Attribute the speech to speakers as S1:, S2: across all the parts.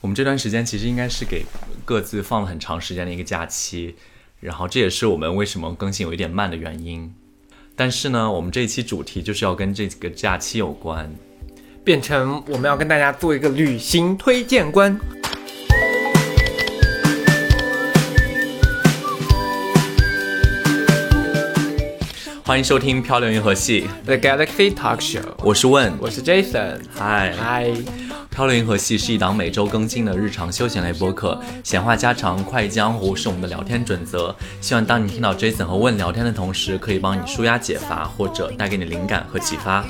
S1: 我们这段时间其实应该是给各自放了很长时间的一个假期，然后这也是我们为什么更新有一点慢的原因。但是呢，我们这一期主题就是要跟这个假期有关。
S2: 变成我们要跟大家做一个旅行推荐官。
S1: 欢迎收听《漂流银河系》，
S2: The Galaxy Talk Show，
S1: 我是问，
S2: 我是 Jason，
S1: 嗨。
S2: 嗨，
S1: 漂流银河系是一档每周更新的日常休闲类播客，闲话家常、快意江湖是我们的聊天准则。希望当你听到 Jason 和问聊天的同时，可以帮你舒压解乏，或者带给你灵感和启发。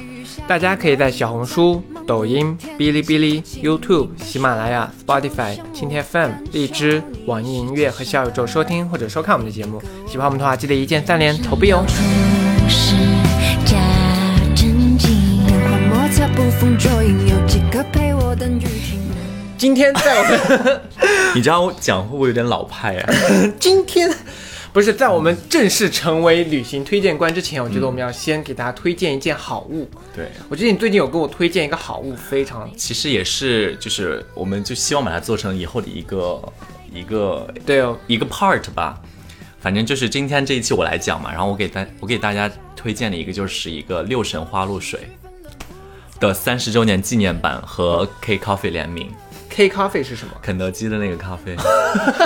S2: 大家可以在小红书、抖音、哔哩哔哩、YouTube、喜马拉雅、Spotify、蜻蜓 FM、荔枝、网易音乐和小宇宙收听或者收看我们的节目。喜欢我们的话，记得一键三连投币哦。
S3: 不是假正经。变幻莫测，捕风捉影，有几个陪我等雨停。
S2: 今天在我们
S1: 你知道我讲会不会有点老派啊？
S2: 今天不是在我们正式成为旅行推荐官之前，我觉得我们要先给大家推荐一件好物。
S1: 对，
S2: 我觉得你最近有跟我推荐一个好物，非常
S1: 其实也是，就是我们就希望把它做成以后的一个一个
S2: 对哦，
S1: 一个 part 吧。反正就是今天这一期我来讲嘛，然后我给大我给大家推荐了一个，就是一个六神花露水的三十周年纪念版和 K Coffee 联名，
S2: K Coffee 是什么？
S1: 肯德基的那个咖啡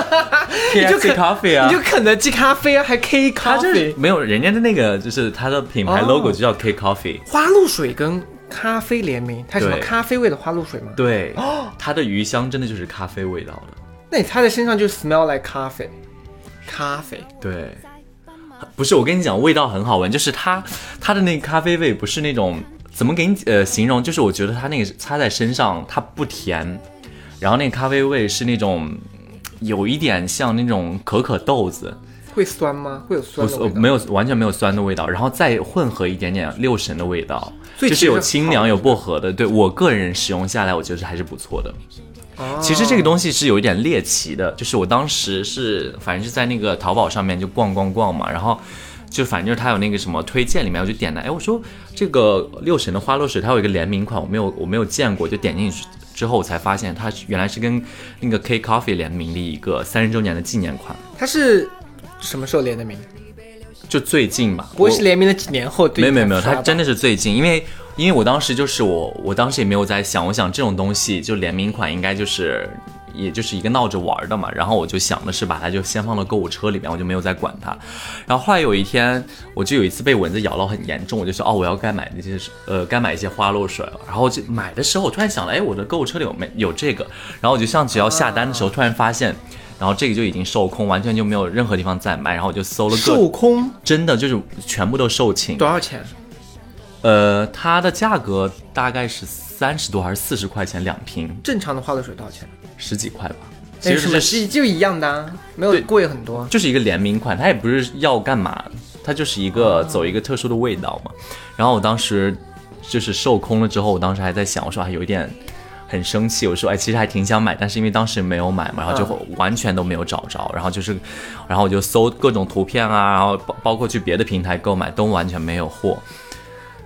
S2: 你就
S1: ，KFC
S2: 肯
S1: 咖啡啊
S2: 你。就肯德基咖啡啊，还 K
S1: 它就是
S2: Coffee，
S1: 没有人家的那个，就是它的品牌
S2: 哦
S1: logo 就叫 K Coffee，、
S2: 花露水跟咖啡联名，它有什么
S1: 对
S2: 咖啡味的花露水吗？，
S1: 对，
S2: 哦
S1: 它的余香真的就是咖啡味道的。
S2: 那你擦在身上就 smell like 咖啡，咖啡
S1: 对，不是我跟你讲，味道很好闻，就是它它的那个咖啡味不是那种怎么给你呃形容，就是我觉得它那个擦在身上它不甜，然后那个咖啡味是那种有一点像那种可可豆子，
S2: 会酸吗？会有酸
S1: 不
S2: 的
S1: 是
S2: 味
S1: 呃
S2: 道？
S1: 没有完全没有酸的味道，然后再混合一点点六神的味道。
S2: 所以
S1: 就
S2: 其实
S1: 是有
S2: 很
S1: 清
S2: 好
S1: 凉有薄荷的，对我个人使用下来，我觉得还是不错的。
S2: 哦
S1: 其实这个东西是有一点猎奇的，就是我当时是反正是在那个淘宝上面就逛逛逛嘛，然后就反正就是它有那个什么推荐里面，我就点的，哎，我说这个六神的花露水它有一个联名款，我没有我没有见过，就点进去之后我才发现它原来是跟那个 K Coffee 联名的一个三十周年的纪念款，
S2: 它是什么时候联的名？
S1: 就最近吧，
S2: 不会是
S1: 我
S2: 联名的几年后对？
S1: 没有没有没有，它真
S2: 的
S1: 的是最近，因为因为我当时就是我，我当时也没有在想，我想这种东西就联名款应该就是也就是一个闹着玩儿的嘛，然后我就想的是把它就先放到购物车里面，我就没有再管它。然后后来有一天，我就有一次被蚊子咬了很严重，我就说哦，我要该买那些呃该买一些花露水了。然后就买的时候，我突然想了，哎，我的购物车里有没有这个？然后我就上去要下单的时候，突然发现。然后这个就已经售空，完全就没有任何地方再卖。然后我就搜了
S2: 售
S1: 个，
S2: 空
S1: 真的就是全部都售罄。
S2: 多少钱？
S1: 呃，它的价格大概是三十多还是四十块钱两瓶，
S2: 正常的花露水多少钱？
S1: 十几块吧。
S2: 哎
S1: 其
S2: 什
S1: 实
S2: 么是
S1: 是
S2: 就一样的啊，没有
S1: 对
S2: 贵很多。
S1: 就是一个联名款，它也不是要干嘛，它就是一个走一个特殊的味道嘛。然后我当时就是售空了之后，我当时还在想，我说哎还有一点很生气，我说哎，其实还挺想买，但是因为当时没有买嘛，然后
S2: 嗯
S1: 就完全都没有找着。然后就是，然后我就搜各种图片啊，然后包包括去别的平台购买，都完全没有货。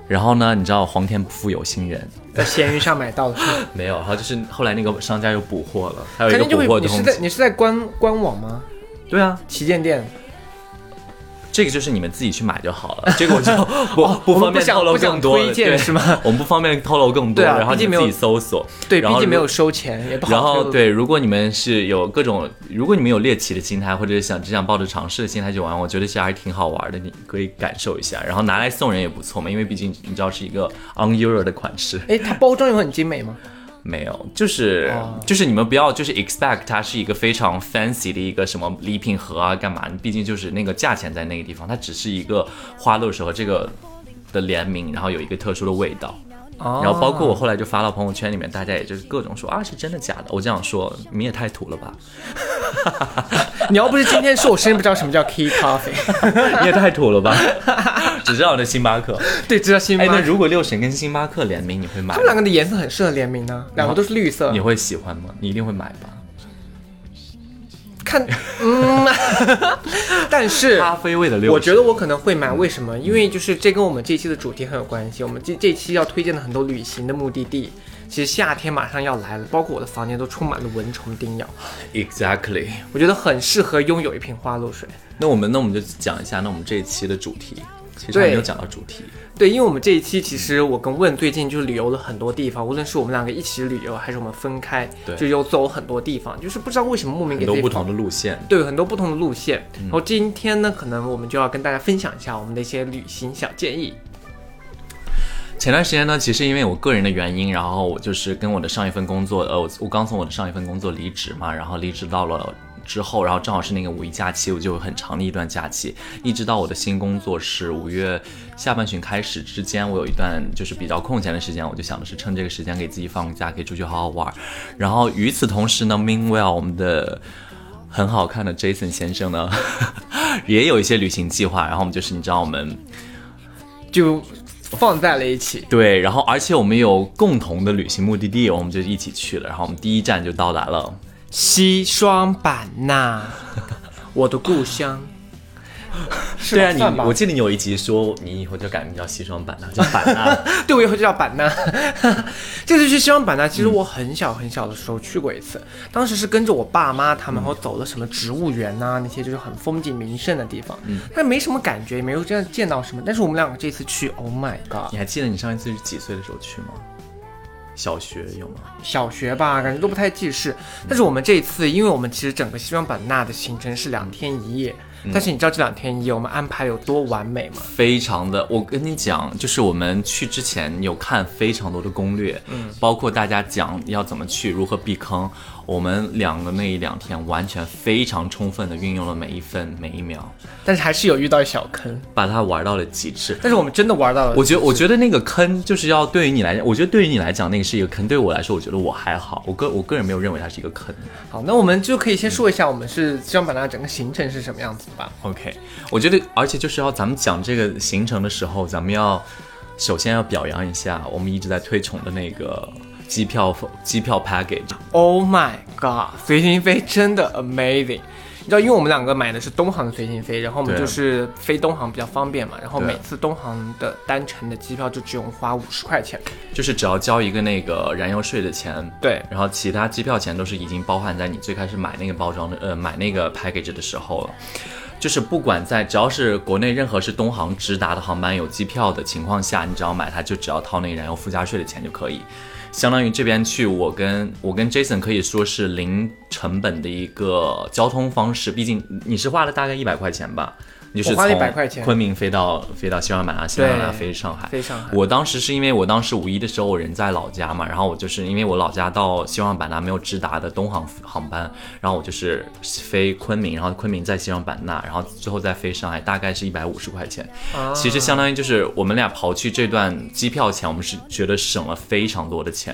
S1: 然后呢，你知道皇天不负有心人，
S2: 在闲鱼上买到的，
S1: 没有，然后就是后来那个商家又补货了， 还有一
S2: 肯
S1: 个
S2: 定就
S1: 补货。
S2: 会
S1: 的
S2: 你是
S1: 通
S2: 在
S1: 知。
S2: 你是在官官网吗？
S1: 对啊，
S2: 旗舰店？
S1: 这个就是你们自己去买就好 了，这个我就不、不
S2: 哦我们
S1: 方
S2: 不
S1: 便
S2: 想
S1: 透露
S2: 不想
S1: 更多了，
S2: 推荐
S1: 对
S2: 是吗？
S1: 我们不方便透露更多，
S2: 对啊
S1: 然后
S2: 毕
S1: 你
S2: 竟
S1: 们
S2: 没
S1: 自
S2: 有
S1: 己搜索。
S2: 对，毕
S1: 然后
S2: 竟没有
S1: 如。
S2: 收钱，也不好。
S1: 然后，对，如果你们是有各种，如果你们有猎奇的心态，或者是想只想抱着尝试的心态去玩，我觉得其实还是挺好玩的，你可以感受一下，然后拿来送人也不错嘛，因为毕竟你知道是一个 on u r o 的款式。
S2: 哎，它包装有很精美吗？
S1: 没有，就是、
S2: 哦
S1: 就是你们不要就是 expect 它是一个非常 fancy 的一个什么礼品盒啊，干嘛？毕竟就是那个价钱在那个地方，它只是一个花露水和这个的联名，然后有一个特殊的味道。
S2: 哦
S1: 然后包括我后来就发到朋友圈里面，大家也就是各种说啊是真的假的，我这样说你也太土了吧，
S2: 你要不是今天说，我真不知道什么叫 Key Coffee。
S1: 你也太土了吧， 只知道那星巴克。
S2: 对，知道新
S1: 哎，
S2: 吗？
S1: 那如果六神跟星巴克联名，你会买吗？
S2: 他们两个的颜色很适合联名呢，两个都是绿色
S1: 你。会喜欢吗？你一定会买吧？
S2: 看，嗯， 但是
S1: 咖啡味的六神，
S2: 我觉得我可能会买，为什么？因为就是这跟我们这期的主题很有关系。我们这这期要推荐的很多旅行的目的地，其实夏天马上要来了，包括我的房间都充满了蚊虫叮咬，
S1: Exactly。
S2: 我觉得很适合拥有一瓶花露水。
S1: 那我们那我们就讲一下，那我们这一期的主题，其实还没有讲到主题。
S2: 对，因为我们这一期其实我跟问最近就旅游了很多地方，无论是我们两个一起旅游，还是我们分开，
S1: 对
S2: 就有走很多地方，就是不知道为什么莫名
S1: 很
S2: 给自
S1: 多
S2: 己
S1: 不同的嗯路线，
S2: 对很多不同的路线。然后今天呢，可能我们就要跟大家分享一下我们的一些旅行小建议。
S1: 前段时间呢，其实因为我个人的原因，然后我就是跟我的上一份工作，呃，我我刚从我的上一份工作离职嘛，然后离职到了之后，然后正好是那个五一假期，我就有很长的一段假期，一直到我的新工作是五月下半旬开始之间，我有一段就是比较空闲的时间，我就想的是趁这个时间给自己放个假，可以出去好好玩儿。然后与此同时呢，Meanwhile 我们的很好看的 Jason 先生呢， 也有一些旅行计划，然后我们就是你知道我们。
S2: 就放在了一起。
S1: 对，然后而且我们有共同的旅行目的地，我们就一起去了。然后我们第一站就到达了，
S2: 西双版纳，我的 故乡。是
S1: 对啊，
S2: 吧
S1: 你
S2: 算吧
S1: 我记得你有一集说你以后就改名叫西双版纳，叫版 纳。
S2: 对，我以后就叫版纳。这次去西双版纳，其实我很小很小的时候去过一次，当时是跟着我爸妈他们，然后走了什么植物园呐、那些就是很风景名胜的地方，
S1: 嗯
S2: 但没什么感觉，也没有这样见到什么。但是我们两个这次去，Oh my god，
S1: 你还记得你上一次是几岁的时候去吗？小学有吗？
S2: 小学吧，感觉都不太记事。
S1: 嗯
S2: 但是我们这次，因为我们其实整个西双版纳的行程是两天一夜，
S1: 嗯
S2: 但是你知道这两天一夜我们安排有多完美吗？
S1: 非常的，我跟你讲，就是我们去之前有看非常多的攻略，嗯，包括大家讲要怎么去，如何避坑。我们两个那一两天完全非常充分的运用了每一分每一秒，
S2: 但是还是有遇到小坑，
S1: 把它玩到了极致。
S2: 但是我们真的玩到
S1: 嗯
S2: 了。
S1: 我觉得，我觉得那个坑就是要对于你来讲，我觉得对于你来讲那个是一个坑，对我来说，我觉得我还好，我个我个人没有认为它是一个坑。
S2: 好，那我们就可以先说一下我们是西双版纳整个行程是什么样子吧。
S1: OK，我觉得，而且就是要咱们讲这个行程的时候，咱们要首先要表扬一下我们一直在推崇的那个机票机票 package。
S2: Oh my god，随心飞真的 amazing。你知道，因为我们两个买的是东航的随心飞，然后我们
S1: 对
S2: 就是飞东航比较方便嘛，然后
S1: 对
S2: 每次东航的单程的机票就只用花五十块钱。
S1: 就是只要交一个那个燃油税的钱，
S2: 对
S1: 然后其他机票钱都是已经包含在你最开始买那个包装的呃买那个 package 的时候了。就是不管在只要是国内任何是东航直达的航班有机票的情况下，你只要买它就只要掏那个燃油附加税的钱就可以。相当于这边去，我跟我跟 Jason 可以说是零成本的一个交通方式，毕竟你是花了大概一百块钱吧，你就是
S2: 我花了
S1: 从
S2: 100块钱
S1: 昆明飞到飞到西双版纳，西双版纳
S2: 对
S1: 飞上海，
S2: 飞上海
S1: 我当时是因为我当时五一的时候我人在老家嘛，然后我就是因为我老家到西双版纳没有直达的东航航班，然后我就是飞昆明，然后昆明在西双版纳，然后最后再飞上海，大概是一百五十块钱。其实相当于就是我们俩刨去这段机票钱，我们是觉得省了非常多的钱。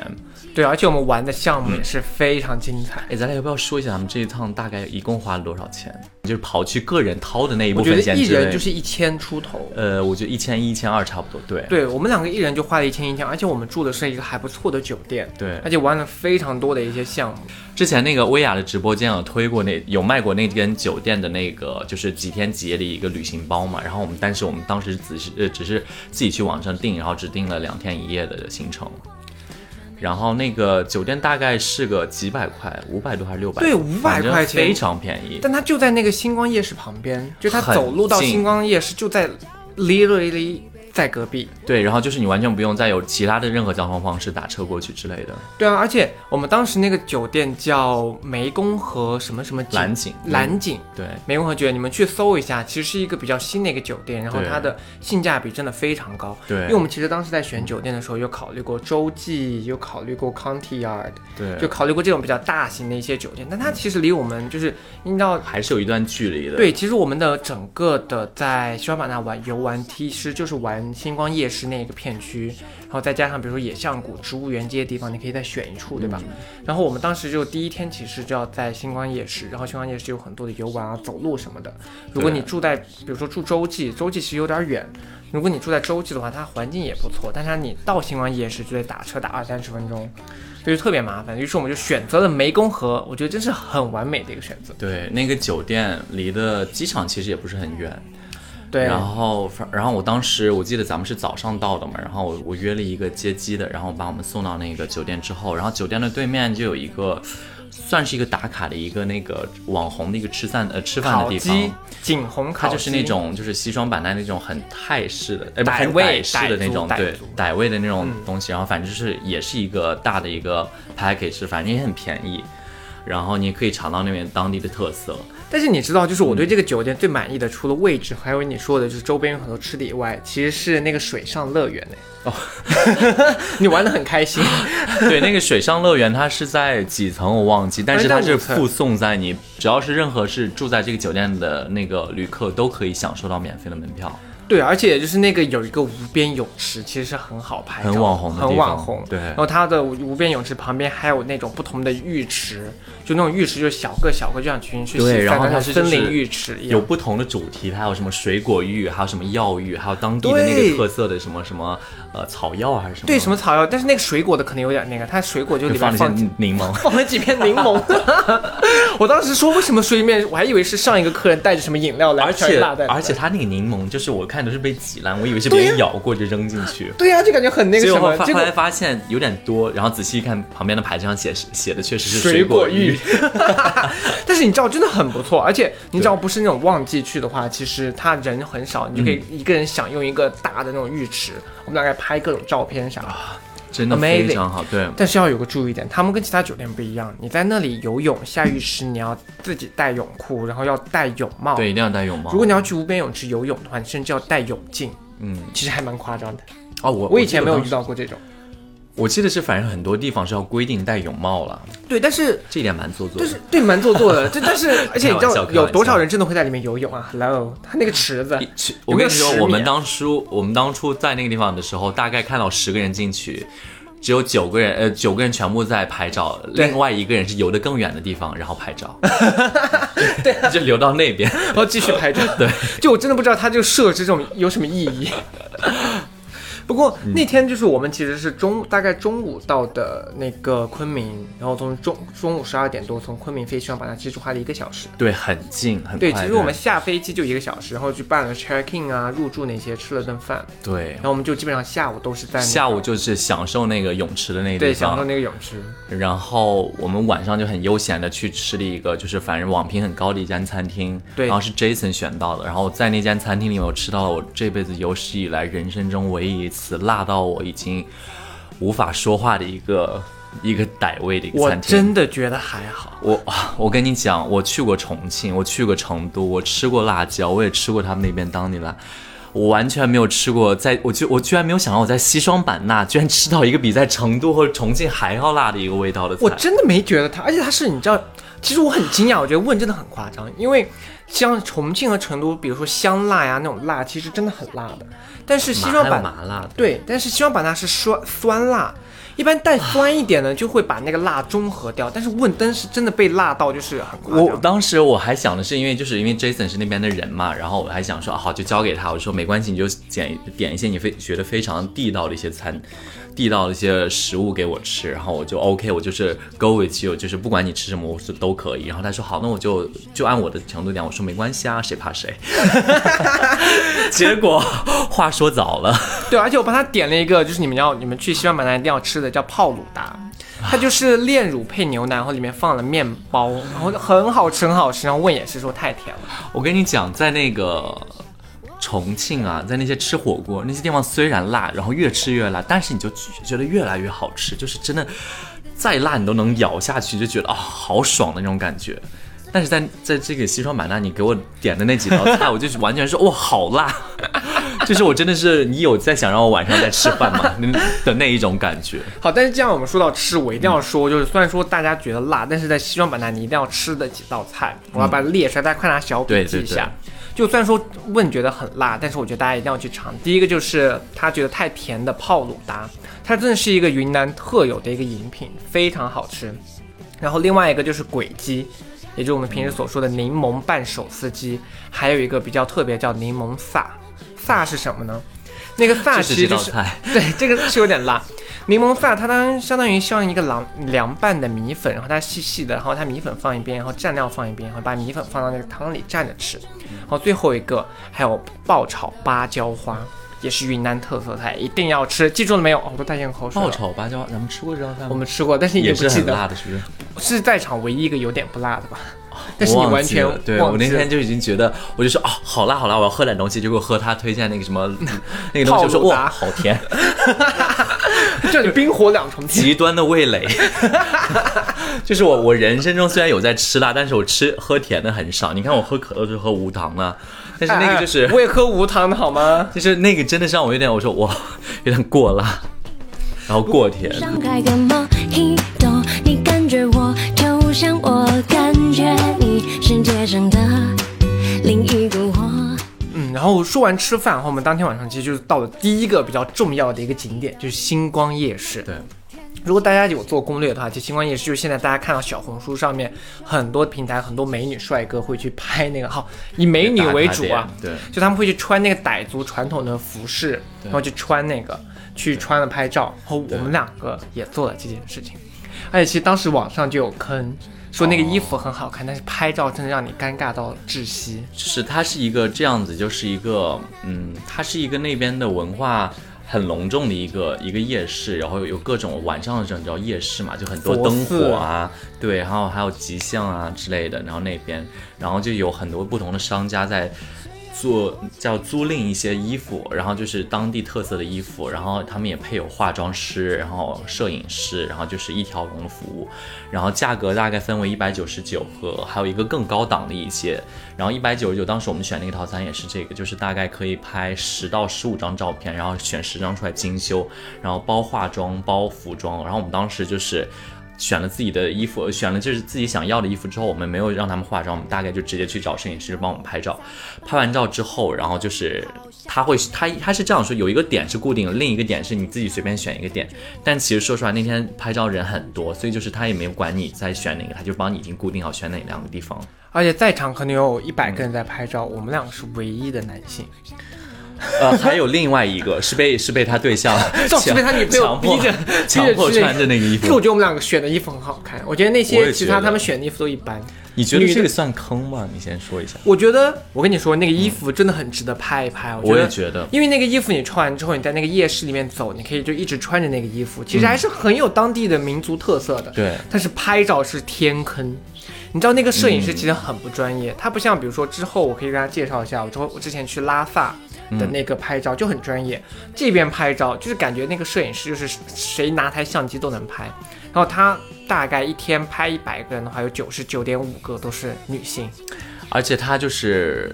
S2: 对，而且我们玩的项目也是非常精彩。
S1: 哎，咱俩要不要说一下咱们这一趟大概一共花了多少钱？就是刨去个人掏的那一
S2: 我
S1: 部
S2: 觉
S1: 分
S2: 得
S1: 钱
S2: 一
S1: 之
S2: 人
S1: 内，
S2: 就是一千出头。
S1: 呃，我觉得一千一、一千二差不多。对，
S2: 对我们两个一人就花了一千一千，而且我们住的是一个还不错的酒店，
S1: 对
S2: 而且玩了非常多的一些项目。
S1: 之前那个薇娅的直播间有推过那有卖过那间酒店的那个就是几天几夜的一个旅行包嘛，然后我们但是我们当时只是呃只是自己去网上订，然后只订了两天一夜的行程，然后那个酒店大概是个几百块，五百多还是六百？
S2: 对500
S1: 反正
S2: 块钱
S1: 非常便宜。
S2: 但它就在那个星光夜市旁边，就它
S1: 很
S2: 走路到
S1: 近
S2: 星光夜市就在 literally 在隔壁。
S1: 对，然后就是你完全不用再有其他的任何交通方式打车过去之类的。
S2: 对啊，而且我们当时那个酒店叫湄公河什么什么景
S1: 蓝景
S2: 蓝景。
S1: 对，
S2: 湄公河酒店，你们去搜一下，其实是一个比较新的一个酒店，然后它的性价比真的非常高。
S1: 对
S2: 因为我们其实当时在选酒店的时候，有考虑过洲际，有考虑过 County Yard，
S1: 对
S2: 就考虑过这种比较大型的一些酒店。但它其实离我们就是，你知道，
S1: 还是有一段距离的。
S2: 对，其实我们的整个的在西双版纳玩游玩，其实就是玩星光夜市那个片区，然后再加上比如说野象谷、植物园这些地方，你可以再选一处，对吧？然后我们当时就第一天其实就要在星光夜市，然后星光夜市有很多的游玩啊、走路什么的。如果你住在比如说住洲际，洲际其实有点远。如果你住在洲际的话，它环境也不错，但是你到星光夜市就得打车打二三十分钟，所以就特别麻烦。于是我们就选择了湄公河，我觉得真是很完美的一个选择。
S1: 对，那个酒店离的机场其实也不是很远，
S2: 对
S1: 然后反然后我当时我记得咱们是早上到的嘛，然后我我约了一个接机的，然后把我们送到那个酒店之后，然后酒店的对面就有一个。算是一个打卡的一个那个网红的一个吃饭呃吃饭的
S2: 烤
S1: 地方
S2: 鸡，，景洪
S1: 它
S2: 烤鸡，
S1: 就是那种就是西双版纳那种很泰式的，哎，不
S2: 傣
S1: 很
S2: 味
S1: 傣式的那种
S2: 傣族
S1: 对
S2: 傣族
S1: 傣味的那种东西，然后反正就是也是一个大的一个 package，反正也很便宜，然后你可以尝到那边当地的特色。
S2: 但是你知道，就是我对这个酒店最满意的，除了位置，还有你说的就是周边有很多吃的以外，其实是那个水上乐园呢。哦， 你玩的很开心，
S1: 对，那个水上乐园它是在几层我忘记，但
S2: 哎
S1: 是它是附送在你，只要是任何是住在这个酒店的那个旅客都可以享受到免费的门票。
S2: 对，而且就是那个有一个无边泳池，其实是很好拍照的，
S1: 很网红的地方
S2: 很网红。
S1: 对
S2: 然后它的无边泳池旁边还有那种不同的浴池，就那种浴池就是小个小个，就像群去洗
S1: 对，
S2: 在
S1: 然后
S2: 那
S1: 它
S2: 种
S1: 是
S2: 森林浴池一
S1: 有
S2: 样。
S1: 不同的主题，它有什么水果浴，还有什么药浴，还有当地的那
S2: 对
S1: 个特色的什么什么呃草药还是什么？
S2: 对，什
S1: 么
S2: 么草药？但是那个水果的可能有点那个，它水果就里
S1: 就
S2: 面
S1: 放了一
S2: 放
S1: 些柠檬。
S2: 放了几片柠檬。 我当时说为什么水里面，我还以为是上一个客人带着什么饮料来，
S1: 而
S2: 全
S1: 且
S2: 是辣的
S1: 而且它那个柠檬，就是我看都是被挤烂，我以为是别人咬过就扔进去，
S2: 对呀、就感觉很 那个
S1: 结
S2: 什
S1: 果
S2: 么
S1: 我，发
S2: 结
S1: 后
S2: 果
S1: 来发现有点多，然后仔细一看旁边的牌子上写是写的确实是
S2: 水
S1: 果
S2: 果浴。 但是你知道真的很不错，而且你知道不是那种旺季去的话，其实他人很少，你就可以
S1: 嗯
S2: 一个人享用一个大的那种浴池，我们大概拍各种照片啥的。
S1: 真的非常好，对。
S2: 但是要有个注意点，他们跟其他酒店不一样，你在那里游泳下浴池，你要自己带泳裤，然后要戴泳帽。
S1: 对，一，定要戴泳帽。
S2: 哦如果你要去无边泳池游泳的话，你甚至要戴泳镜。
S1: 嗯，
S2: 其实还蛮夸张的，
S1: 哦，我
S2: 我以前没有
S1: 我记得当时
S2: 遇到过这种。
S1: 我记得是反正很多地方是要规定戴泳帽了，
S2: 对，但是
S1: 这一点蛮做作的。
S2: 就是对蛮做作的，这 但是而且你知
S1: 开玩笑
S2: 道
S1: 开玩笑
S2: 有多少人真的会在里面游泳啊？Hello，他那个池子，
S1: 其
S2: 有
S1: 我
S2: 没
S1: 跟
S2: 有
S1: 你说
S2: 十，米啊
S1: 我们当初我们当初在那个地方的时候，大概看到十个人进去，只有九个人，呃，九个人全部在拍照，
S2: 对
S1: 另外一个人是游得更远的地方，然后拍 照，
S2: 啊
S1: 对， 就流到那边。
S2: 然 后继续拍照。对，就我真的不知道他这个设置这种有什么 意义。不过
S1: 嗯
S2: 那天就是我们其实是中大概中午到的那个昆明，然后从中中午十二点多从昆明飞去上版纳，其实就花了一个小时。
S1: 对，很近，很快。
S2: 对，其实我们下飞机就一个小时，然后去办了 check in 啊、入住那些，吃了顿饭，
S1: 对
S2: 然后我们就基本上下午都是在那
S1: 下午就是享受那个泳池的那个
S2: 对
S1: 地
S2: 享受
S1: 方，
S2: 那个泳池。
S1: 然后我们晚上就很悠闲的去吃了一个，就是反正网评很高的一家餐厅，
S2: 对
S1: 然后是 Jason 选到的，然后在那间餐厅里，我吃到了我这辈子有史以来人生中唯一一次辣到我已经无法说话的一个一个傣味的一个
S2: 我
S1: 餐厅。
S2: 真的觉得还好。
S1: 我啊我跟你讲，我去过重庆，我去过成都，我吃过辣椒，我也吃过他们那边当地辣，我完全没有吃过在，我居我居然没有想到我在西双版纳居然吃到一个比在成都或者重庆还要辣的一个味道的菜。
S2: 我真的没觉得它，而且它是你知道，其实我很惊讶，我觉得问真的很夸张，因为像重庆和成都，比如说香辣呀那种辣，其实真的很辣的，但是西
S1: 麻
S2: 双
S1: 还有
S2: 版
S1: 麻辣的
S2: 对，但是西双版纳是酸酸辣，一般带酸一点呢，就会把那个辣中和掉，但是问登是真的被辣到就是很夸
S1: 我
S2: 张。
S1: 当时我还想的是，因为就是因为 Jason 是那边的人嘛，然后我还想说，啊好就交给他。我说没关系，你就点点一些你非觉得非常地道的一些餐， 地道的一些食物给我吃，然后我就 OK，我就是 go with you，就是不管你吃什么，我是都可以。然后他说好，那我就就按我的程度点。我说没关系啊，谁怕谁。 结果话说早了，
S2: 对，而且我帮他点了一个，就是你们要你们去西双版纳一定要吃的叫泡鲁达，它就是炼乳配牛奶，然后里面放了面包，然后很好吃很好吃，然后问也是说太甜了。
S1: 我跟你讲，在那个重庆啊，在那些吃火锅那些地方，虽然辣，然后越吃越辣，但是你就觉得越来越好吃，就是真的再辣你都能咬下去，就觉得啊、好爽的那种感觉。但是在在这个西双版纳，你给我点的那几道菜，我就是完全说哇好辣， 就是我真的是你有在想让我晚上再吃饭吗？ 的那一种感觉。
S2: 好，但是这样我们说到吃，我一定要说，就是虽然说大家觉得辣，但是在西双版纳你一定要吃的几道菜，我要把它列出来，大家快拿小
S1: 嗯
S2: 笔
S1: 对
S2: 记
S1: 对
S2: 一下。就虽然说问觉得很辣，但是我觉得大家一定要去尝。第一个就是他觉得太甜的泡鲁达，它真的是一个云南特有的一个饮品，非常好吃。然后另外一个就是鬼鸡，也就是我们平时所说的柠檬拌手撕鸡，还有一个比较特别叫柠檬萨。萨是什么呢？那个萨
S1: 就
S2: 其
S1: 是
S2: 实
S1: 这
S2: 就
S1: 道
S2: 是
S1: 菜
S2: 对，这个是有点辣。柠檬饭它当相当于像一个凉凉拌的米粉，然后它细细的，然后它米粉放一边，然后蘸料放一边，然后把米粉放到那个汤里蘸着吃。
S1: 嗯
S2: 然后最后一个还有爆炒芭蕉花，也是云南特色菜，一定要吃。记住了没有？哦我都带咽口水了。
S1: 爆炒芭蕉，咱们吃过这道菜吗？
S2: 我们吃过，但是你
S1: 也
S2: 不
S1: 是
S2: 记
S1: 很辣
S2: 得，
S1: 的，是不是？
S2: 是在场唯一一个有点不辣的吧？ 但是
S1: 我
S2: 你
S1: 忘
S2: 完
S1: 记
S2: 全
S1: 了对
S2: 忘
S1: 我那
S2: 记了
S1: 天就已经觉得，我就说啊，好辣好辣，我要喝点东西。结果喝他推荐那个什么 那个东西，我
S2: 泡
S1: 说
S2: 鲁达
S1: 哇，好甜，
S2: 这里冰火两重天。
S1: 极端的味蕾。 就是我，我人生中虽然有在吃辣，但是我吃喝甜的很少。你看我喝可乐就喝无糖的，但是那个就是、
S2: 哎我也喝无糖的好吗？
S1: 就是那个真的是让我有点，我说哇，有点过辣，然后过甜。
S3: 张开个 Mojito，你感觉我，就像我感觉你，世界上的另一个我。
S2: 嗯，然后说完吃饭，然后我们当天晚上其实就是到了第一个比较重要的一个景点，就是星光夜市。
S1: 对，
S2: 如果大家有做攻略的话，就星光夜市，就是现在大家看到小红书上面很多平台，很多美女帅哥会去拍那个，好以美女为主啊，
S1: 打卡点
S2: 就他们会去穿那个傣族传统的服饰，然后去穿那个，去穿了拍照。然后我们两个也做了这件事情，而且其实当时网上就有坑，说那个衣服很好看，但是拍照真的让你尴尬到窒息。
S1: 就是它是一个这样子，就是一个嗯，它是一个那边的文化很隆重的一个一个夜市，然后有各种晚上的时候，你知道夜市嘛，就很多
S2: 佛
S1: 灯
S2: 寺
S1: 火啊，对，然后还有吉祥啊之类的，然后那边，然后就有很多不同的商家在。做叫租赁一些衣服，然后就是当地特色的衣服，然后他们也配有化妆师，然后摄影师，然后就是一条龙的服务，然后价格大概分为一百九十九和还有一个更高档的一些，然后一百九十九当时我们选那个套餐也是这个，就是大概可以拍十到十五张照片，然后选十张出来精修，然后包化妆包服装，然后我们当时就是。选了自己的衣服，选了就是自己想要的衣服之后，我们没有让他们化妆，我们大概就直接去找摄影师帮我们拍照。拍完照之后，然后就是他会他他是这样说，有一个点是固定的，另一个点是你自己随便选一个点。但其实说出来那天拍照人很多，所以就是他也没有管你在选哪个，他就帮你已经固定好选哪两个地方。
S2: 而且在场可能有一百个人在拍照，
S1: 嗯
S2: 我们两个是唯一的男性，
S1: 呃，还有另外一个是被是被他对象
S2: 总是被他女朋友
S1: 强迫
S2: 逼着
S1: 强
S2: 逼
S1: 迫
S2: 去
S1: 穿着那个衣
S2: 可是我
S1: 服。
S2: 觉得我们两个选的衣服很好看，我觉得那
S1: 我
S2: 些
S1: 也
S2: 其
S1: 觉
S2: 他
S1: 得
S2: 他们选的衣服都一般。
S1: 你觉得
S2: 女的
S1: 这个算坑吗？你先说一下。
S2: 我觉得，我跟你说，那个衣服真的很值得拍一拍。
S1: 我
S2: 觉
S1: 也
S2: 得，
S1: 觉得
S2: 因为那个衣服你穿完之后，你在那个夜市里面走，你可以就一直穿着那个衣服，其实还是很有当地的民族特色的。
S1: 嗯对
S2: 但是拍照是天坑。你知道那个摄影师其实很不专
S1: 嗯
S2: 业，他不像比如说之后我可以给大家介绍一下，我之后我之前去拉萨的那个拍照就很专业，这边拍照就是感觉那个摄影师就是谁拿台相机都能拍，然后他大概一天拍一百个人的话，有九十九点五个都是女性。
S1: 而且他就是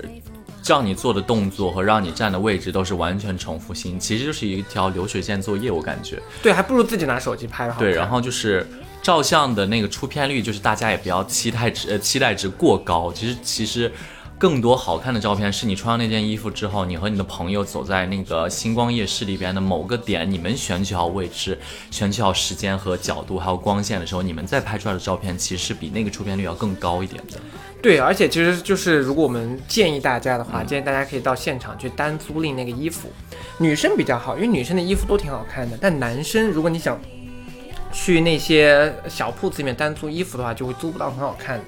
S1: 叫你做的动作和让你站的位置都是完全重复性，其实就是一条流水线作业，我感觉。
S2: 对，还不如自己拿手机拍的好看。
S1: 对，然后就是照相的那个出片率，就是大家也不要期待值呃期待值过高。其实其实更多好看的照片是你穿上那件衣服之后，你和你的朋友走在那个星光夜市里边的某个点，你们选取好位置、选取好时间和角度，还有光线的时候，你们再拍出来的照片其实是比那个出片率要更高一点的。
S2: 对，而且其实就是如果我们建议大家的
S1: 嗯
S2: 话，建议大家可以到现场去单租赁那个衣服，女生比较好，因为女生的衣服都挺好看的，但男生如果你想。去那些小铺子里面单租衣服的话，就会租不到很好看的。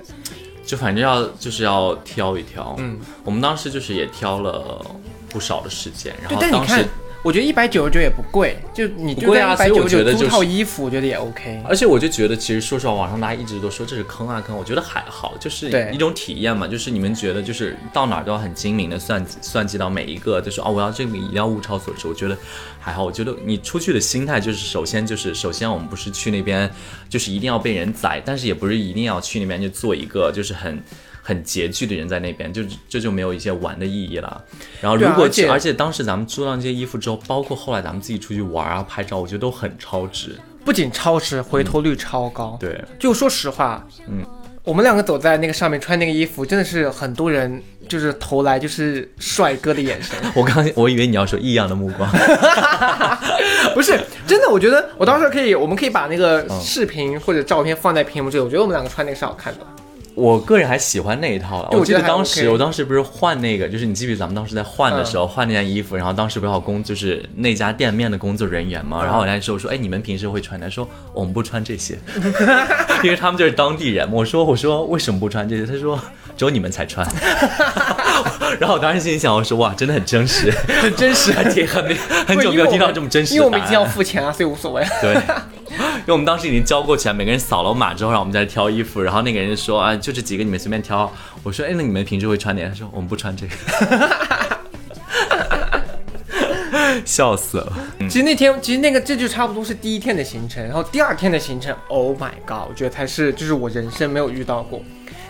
S1: 就反正要就是要挑一挑，嗯，我们当时就是也挑了不少的时间，然
S2: 对
S1: 后，
S2: 但你
S1: 啊当
S2: 看
S1: 时，
S2: 我觉得一百九十九也不贵，就你
S1: 不
S2: 就
S1: 贵
S2: 在
S1: 啊
S2: 一百
S1: 所以我
S2: 九
S1: 觉
S2: 十
S1: 得
S2: 九
S1: 就
S2: 租
S1: 是
S2: 套衣服，我觉得也 OK。
S1: 而且我就觉得，其实说实话，网上大家一直都说这是坑啊坑，我觉得还好，就是
S2: 对
S1: 一种体验嘛。就是你们觉得，就是到哪儿都要很精明的算计算计到每一个，就是哦，我要这个一定要物超所值。我觉得还好，我觉得你出去的心态就是，首先就是首先我们不是去那边，就是一定要被人宰，但是也不是一定要去那边就做一个就是很。很拮据的人在那边，就这就没有一些玩的意义了。然后
S2: 对
S1: 如
S2: 啊
S1: 果
S2: 而且
S1: 而且当时咱们租到那些衣服之后，包括后来咱们自己出去玩啊、拍照，我觉得都很超值。
S2: 不仅超值，回头率超高。
S1: 嗯对，
S2: 就说实话，
S1: 嗯，
S2: 我们两个走在那个上面穿那个衣服，真的是很多人就是投来就是帅哥的 眼神，
S1: 我刚我以为你要说异样的目光，
S2: 不是真的。我觉得我到时候可以，我们可以把那个视频或者照片放在屏幕这里，我觉得我们两个穿那个是好看的。
S1: 我个人还喜欢那一套了。
S2: 哎对我
S1: 记
S2: 觉得
S1: 得
S2: 还
S1: 当时，
S2: OK 嗯
S1: 我当时不是换那个，就是你记不记得咱们当时在换的时候、换那件衣服，然后当时不是有工就是那家店面的工作人员嘛，然
S2: 嗯
S1: 后我来说，我说，哎，你们平时会穿的？他说我们不穿这些， 因为他们就是当地人。我说，我说为什么不穿这些？他说只有你们才 穿。然后我当时心里想，我说哇，真的很真实，很真 实，还挺很很久没有听到这么真实
S2: 因
S1: 的
S2: 为
S1: 答案。
S2: 我们已经要付钱了，所以无所谓。
S1: 对，因为我们当时已经交过钱，每个人扫了码之后，让我们在这挑衣服，然后那个人说啊，就这几个你们随便挑。我说，哎，那你们平时会穿点？他说我们不穿这个。 笑死了！
S2: 其实那天，其实那个这就差不多是第一天的行程，然后第二天的行程，Oh my god，我觉得才是就是我人生没有遇到过。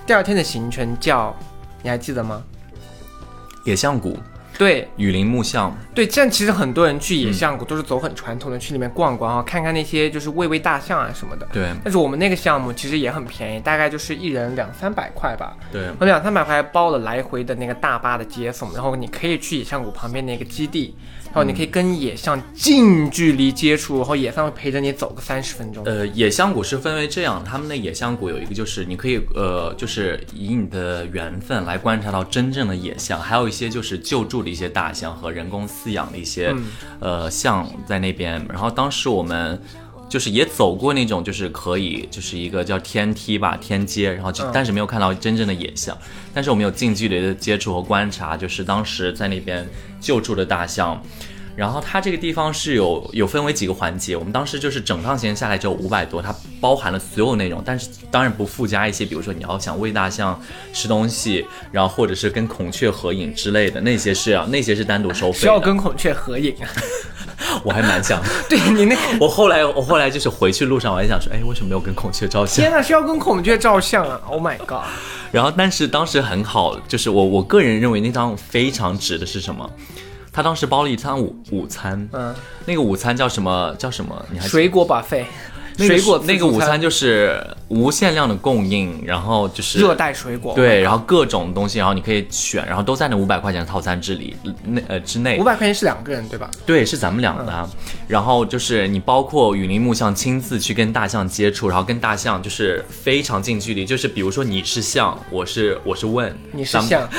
S2: 第二天的行程叫，你还记得吗？
S1: 野象谷、
S2: 对
S1: 雨林木像，
S2: 对，这样其实很多人去
S1: 嗯
S2: 野象谷都是走很传统的，去里面逛逛啊，看看那些就是喂喂大象啊什么的。
S1: 对
S2: 但是我们那个项目其实也很便宜，大概就是一人两三百块吧。
S1: 对
S2: 我两三百块包了来回的那个大巴的接送，然后你可以去野象谷旁边那个基地，然后你
S1: 嗯
S2: 可以跟野象近距离接触，然后野象会陪着你走个三十分钟。
S1: 呃，野象谷是分为这样，他们的野象谷有一个就是你可以呃，就是以你的缘分来观察到真正的野象，还有一些就是救助的一些大象和人工饲养的一些、呃象在那边。然后当时我们。就是也走过那种，就是可以，就是一个叫天梯吧，天阶，然后就、但是没有看到真正的野象，但是我们有近距离的接触和观察，就是当时在那边救助的大象，然后它这个地方是有有分为几个环节，我们当时就是整趟行程下来只有五百多，它包含了所有内容，但是当然不附加一些，比如说你要想喂大象吃东西，然后或者是跟孔雀合影之类的，那些是啊要那些是单独收费
S2: 需要
S1: 的。
S2: 跟孔雀合影啊？
S1: 我还蛮想，
S2: 对你那个
S1: 我后来我后来就是回去路上我还想说，哎，为什么没有跟孔雀照相
S2: 天？呐，需要跟孔雀照相啊！Oh my god！
S1: 然后，但是当时很好，就是我我个人认为那趟非常值的是什么？他当时包了一餐午午餐，
S2: 嗯，
S1: 那个午餐叫什么？叫什么？你还记得
S2: 水果 buffet，
S1: 那个
S2: 水果
S1: 那个
S2: 自助
S1: 午餐就是无限量的供应，然后就是
S2: 热带水果，
S1: 对，然后各种东西，然后你可以选，然后都在那五百块钱的套餐之里那呃之内
S2: 五。百嗯块钱是两个人对吧？
S1: 对，是咱们两个、啊。然后就是你包括雨林木像亲自去跟大象接触，然后跟大象就是非常近距离，就是比如说你是象，我是我是问，
S2: 你是
S1: 咱们
S2: 像，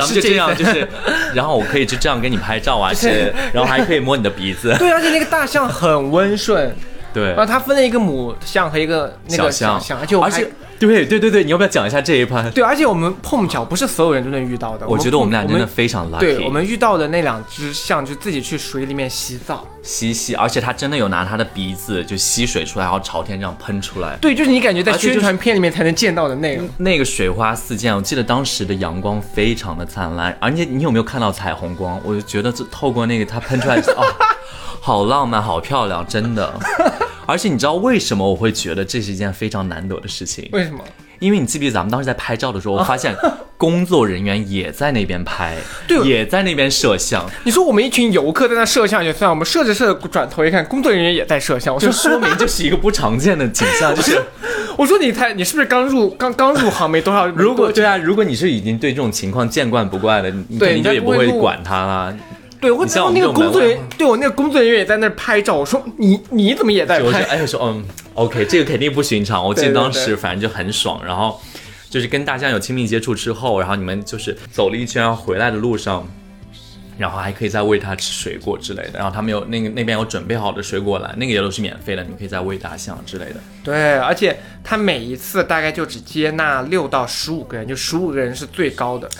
S1: 咱们
S2: 是
S1: 就这样，
S2: Jason
S1: 就是，然后我可以就这样跟你拍 照啊，是，然后还可以摸你的鼻子，
S2: 对，而且那个大象很温顺。
S1: 对
S2: 然，后它分了一个母象和一个哦那个小
S1: 象
S2: 象，而且我
S1: 而
S2: 们还
S1: 且对对对对，你要不要讲一下这一盘？
S2: 对，而且我们碰巧不是所有人都能遇到的。
S1: 我觉得
S2: 碰
S1: 我们俩真的非常
S2: 我们对
S1: lucky
S2: 我们遇到的那两只象，就自己去水里面洗澡。
S1: 吸吸，而且他真的有拿他的鼻子就吸水出来，然后朝天这样喷出来。
S2: 对，就是你感觉在
S1: 而且就
S2: 宣
S1: 是嗯
S2: 传片里面才能见到的内容。
S1: 那个水花四溅，我记得当时的阳光非常的灿烂，而且你有没有看到彩虹光？我就觉得这透过那个它喷出来，哦，好浪漫，好漂亮，真的。而且你知道为什么我会觉得这是一件非常难得的事情？
S2: 为什么？
S1: 因为你记不记得咱们当时在拍照的时候，我发现工作人员也在那边拍，
S2: 对
S1: 也在那边摄像，
S2: 你说我们一群游客在那摄像也算，我们摄着摄着转头一看，工作人员也在摄像。我说
S1: 就说明这是一个不常见的景象，就是。
S2: 我说你才你是不是刚入刚刚入行没多少？
S1: 如果
S2: 没多
S1: 对啊，如果你是已经对这种情况见惯不怪了，你你
S2: 对
S1: 肯定就也
S2: 应该
S1: 不
S2: 不
S1: 会
S2: 会录
S1: 管他啦。
S2: 对，我
S1: 你像
S2: 然
S1: 我
S2: 后
S1: 们
S2: 那
S1: 这
S2: 个
S1: 种
S2: 工作
S1: 门
S2: 人
S1: 外
S2: 员，对我那个工作人员也在那儿拍照。我说你你怎么也在
S1: 我就
S2: 拍？
S1: 哎说嗯，OK，这个肯定不寻常。我记
S2: 对
S1: 得
S2: 对
S1: 当时
S2: 对
S1: 反正就很爽，然后就是跟大象有亲密接触之后，然后你们就是走了一圈，然后回来的路上。然后还可以再喂它吃水果之类的，然后他们有那个那边有准备好的水果篮，那个也都是免费的，你可以再喂大象之类
S2: 哦
S1: 的。
S2: 对，而且他每一次大概就只接纳六到十五个人，就十五个人是最高的。哦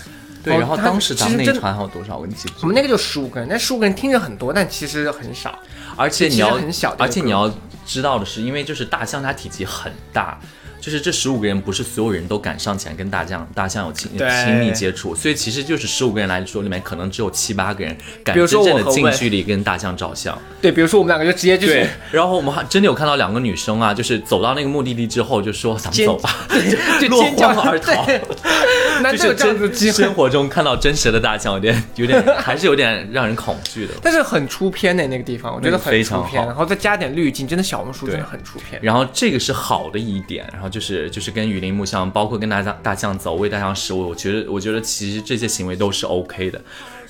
S1: 对，然后
S2: 他
S1: 当时咱们
S2: 其
S1: 那
S2: 实
S1: 一
S2: 真的
S1: 团还有多少？我跟你记不记得
S2: 我们那个就十五个人，但十五个人听着很多，但其实很少。
S1: 而且你要
S2: 其实很小的一个
S1: 而且你要知道的是，因为就是大象它体积很大，就是这十五个人不是所有人都敢上前跟大象大象有亲
S2: 对
S1: 亲密接触，所以其实就是十五个人来说，里面可能只有七八个人敢
S2: 比如
S1: 真
S2: 说
S1: 正
S2: 我
S1: 的
S2: 和
S1: 近
S2: 魏
S1: 距离跟大象照相。
S2: 对，比如说我们两个就直接就是，
S1: 然后我们还真的有看到两个女生啊，就是走到那个目的地之后就说咱们
S2: 尖
S1: 走吧，
S2: 就
S1: 落
S2: 尖叫
S1: 荒而逃。
S2: 对难
S1: 就
S2: 得
S1: 是
S2: 有这样子的机
S1: 真
S2: 会
S1: 生，活中看到真实的大象，有点有点还是有点让人恐惧的。
S2: 但是很出片的那个地方，我觉得
S1: 那个
S2: 很
S1: 非
S2: 出
S1: 常
S2: 片，
S1: 好
S2: 然后再加点滤镜，真的小红书
S1: 对
S2: 真的很出片。
S1: 然后这个是好的一点，然后就是就是跟雨林木像，包括跟大象大象走，喂大象食物，我觉得我觉得其实这些行为都是 OK 的。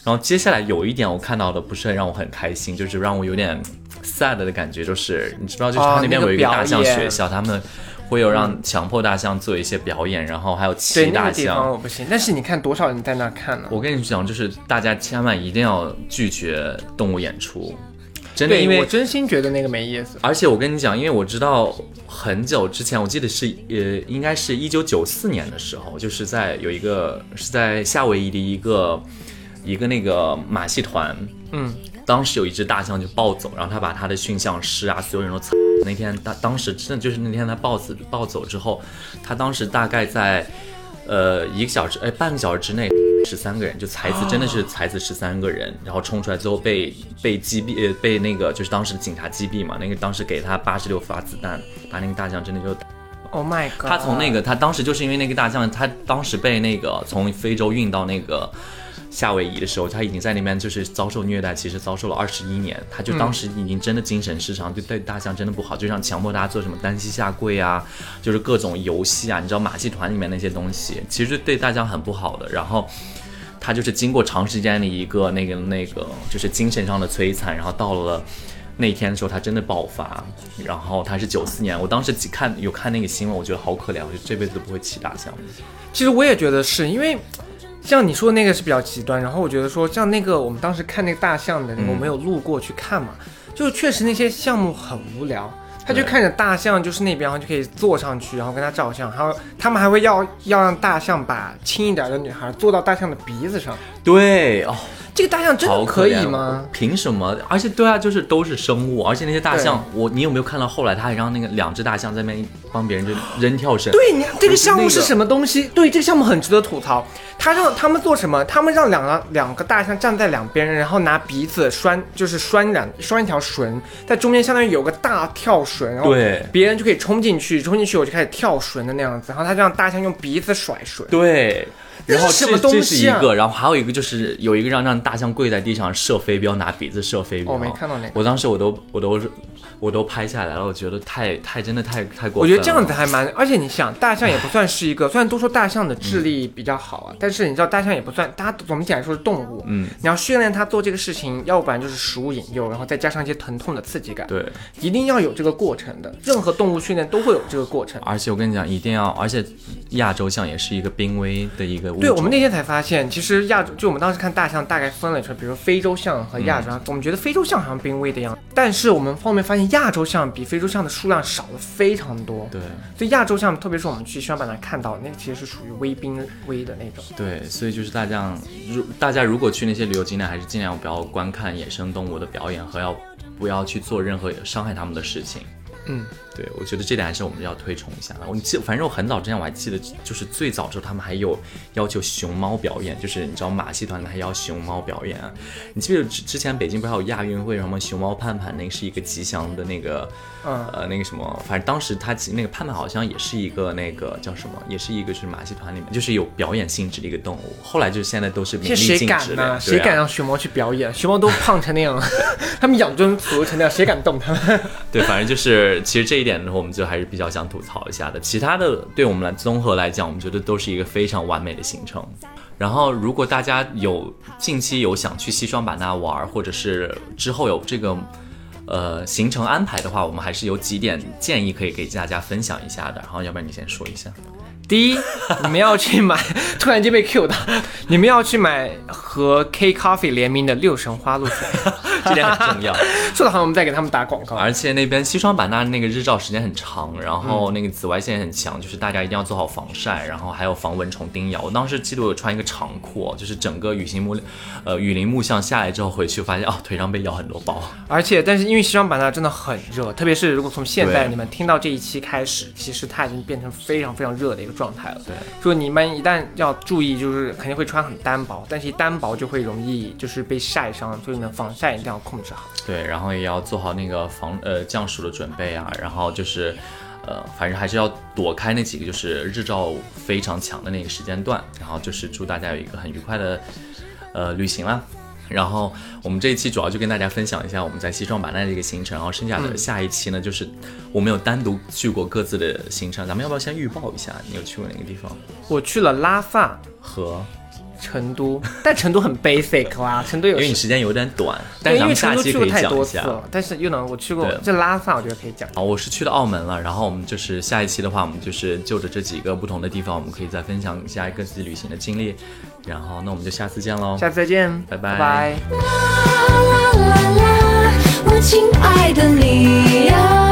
S1: 然后接下来有一点我看到的不是很让我很开心，就是让我有点 sad 的感觉，就是你知不知道，就是
S2: 哦
S1: 他那边有一个
S2: 那个表
S1: 大象
S2: 演
S1: 学校，他们会有让强迫大象做一些表演，然后还有骑
S2: 对那
S1: 大
S2: 个地方
S1: 象。
S2: 我不行，但是你看多少人在那儿看呢？
S1: 我跟你讲，就是大家千万一定要拒绝动物演出，真的，
S2: 对，
S1: 因
S2: 我
S1: 为
S2: 真心觉得那个没意思。
S1: 而且我跟你讲，因为我知道很久之前，我记得是呃，应该是一九九四年的时候，就是在有一个是在夏威夷的一个一个那个马戏团，
S2: 嗯，
S1: 当时有一只大象就暴走，然后他把他的驯象师啊，所有人都那天他当时真的就是那天他暴死暴走之后，他当时大概在呃一个小时哎半个小时之内十三个人，就踩死真的是踩死十三个人，然后冲出来最后被被击毙呃被那个就是当时的警察击毙嘛，那个当时给他八十六发子弹，把那个大象真的就
S2: Oh my god！
S1: 他从那个，他当时就是因为那个大象，他当时被那个从非洲运到那个夏威夷的时候，他已经在那边就是遭受虐待，其实遭受了二十一年。他就当时已经真的精神失常，就对大象真的不好，就像强迫大家做什么单膝下跪啊，就是各种游戏啊，你知道马戏团里面那些东西，其实对大象很不好的。然后。他就是经过长时间的一个那个那个，就是精神上的摧残，然后到了那一天的时候，他真的爆发。然后他是九四年，我当时几看有看那个新闻，我觉得好可怜，我就这辈子都不会骑大象。
S2: 其实我也觉得是因为。像你说那个是比较极端，然后我觉得说像那个我们当时看那个大象的那
S1: 嗯
S2: 个，我们有路过去看嘛，就确实那些项目很无聊，他就
S1: 对
S2: 看着大象就是那边，然后就可以坐上去，然后跟他照相，还有他们还会要要让大象把轻一点的女孩坐到大象的鼻子上，
S1: 对哦，
S2: 这个大象 真
S1: 好
S2: 的
S1: 可
S2: 可
S1: 怜哦
S2: 以吗？？
S1: 凭什么？而且对啊，就是都是生物，而且那些大 象，我你有没有看到后来他还让那个两只大象在那边帮别人就扔跳绳？
S2: 对你这
S1: 不是
S2: 个项
S1: 那
S2: 目是
S1: 个
S2: 什么东西？对这个项目很值得吐槽。他让他们做什么？他们让两个两个大象站在两边，然后拿鼻子拴，就是拴两拴一条绳，在中间相当于有个大跳绳，然后
S1: 对
S2: 别人就可以冲进去，冲进去我就开始跳绳的那样子。然后他就让大象用鼻子甩绳。
S1: 对。然后
S2: 这是什么
S1: 这
S2: 东
S1: 是一
S2: 西啊
S1: 个，然后还有一个就是有一个让让大象跪在地上射飞镖，拿鼻子射飞镖。
S2: 哦没看到那个
S1: 我当时我都我都我都拍下来了，我觉得太太真的太太过分了。
S2: 我觉得这样子还蛮，而且你想，大象也不算是一个，虽然都说大象的智力比较好啊，但是你知道大象也不算，它总体来说是动物，
S1: 嗯，
S2: 你要训练它做这个事情，要不然就是食物引诱，然后再加上一些疼痛的刺激感，，
S1: 对，
S2: 一定要有这个过程的，任何动物训练都会有这个过程。
S1: 而且我跟你讲，一定要，而且亚洲象也是一个濒危的一个物种。
S2: 对，我们那天才发现，其实亚洲就我们当时看大象大概分了出来，比如非洲象和亚洲象，我们觉得非洲象好像濒危的样子，但是我们后面发现亚洲象比非洲象的数量少了非常多，
S1: 对
S2: 所以亚洲项目，特别是我们去西双版纳看到，那个其实是属于微濒危的
S1: 嗯
S2: 那种。
S1: 对，所以就是大家，如大家如果去那些旅游景点，还是尽量不要观看野生动物的表演和要不要去做任何伤害它们的事情。
S2: 嗯，
S1: 对，我觉得这点还是我们要推崇一下的。我记，反正我很早之前我还记得，就是最早的时候他们还有要求熊猫表演，就是你知道马戏团还要熊猫表演啊。你记不记得之之前北京不是还有亚运会什么熊猫盼盼，那个是一个吉祥的那个，
S2: 嗯
S1: 呃，那个什么，反正当时他其那个盼盼好像也是一个那个叫什么，也是一个就是马戏团里面就是有表演性质的一个动物。后来就是现在都是明
S2: 这
S1: 令
S2: 谁
S1: 禁
S2: 敢
S1: 止
S2: 呢、
S1: 的，
S2: 谁
S1: 对啊
S2: 敢让熊猫去表演？熊猫都胖成那样， 他们养尊处优成那样，谁敢动它们？
S1: 对，反正就是，其实这一点呢，我们就还是比较想吐槽一下的。其他的，对我们来综合来讲，我们觉得都是一个非常完美的行程。然后，如果大家有近期有想去西双版纳玩儿，或者是之后有这个呃行程安排的话，我们还是有几点建议可以给大家分享一下的。然后，要不然你先说一下。
S2: 第一，你们要去买， 突然间被 Q 到，你们要去买和 K Coffee 联名的六神花露水，
S1: 这点很重要。
S2: 说的好像我们在给他们打广告。
S1: 而且那边西双版纳那个日照时间很长，然后那个紫外线很强，就是大家一定要做好防晒，然后还有防蚊虫叮咬。我当时记得我有穿一个长裤，就是整个雨形木，呃雨林木像下来之后回去发现哦腿上被咬很多包。
S2: 而且，但是因为西双版纳真的很热，特别是如果从现在
S1: 对
S2: 你们听到这一期开始，其实它已经变成非常非常热的一个状态了。对，就你们一旦要注意，就是肯定会穿很单薄，但是一单薄就会容易就是被晒伤，所以呢，防晒一定要控制好。
S1: 对，然后也要做好那个防呃降暑的准备啊，然后就是。呃，反正还是要躲开那几个就是日照非常强的那个时间段，然后就是祝大家有一个很愉快的呃旅行啦。然后我们这一期主要就跟大家分享一下我们在西双版纳的一个行程，然后剩下的
S2: 嗯
S1: 下一期呢，就是我们有单独去过各自的行程，咱们要不要先预报一下？你有去过哪个地方？
S2: 我去了拉萨
S1: 和
S2: 成都，但成都很 basic 啦，成都有
S1: 因为你
S2: 对，
S1: 时间有点短，但是咱
S2: 因为
S1: 们
S2: 成
S1: 下
S2: 都
S1: 期
S2: 去
S1: 可
S2: 过
S1: 以
S2: 太
S1: 讲一
S2: 多次
S1: 下。
S2: 了，但是又能我去过
S1: 对，
S2: 这拉萨我觉得可以讲。
S1: 好，哦我是去了澳门了，然后我们就是下一期的话，我们就是就着这几个不同的地方，我们可以再分享一下各自旅行的经历。然后，那我们就下次见喽，
S2: 下次再见，
S1: 拜拜
S2: 拜拜
S3: 啦啦啦啦，我亲爱的你呀、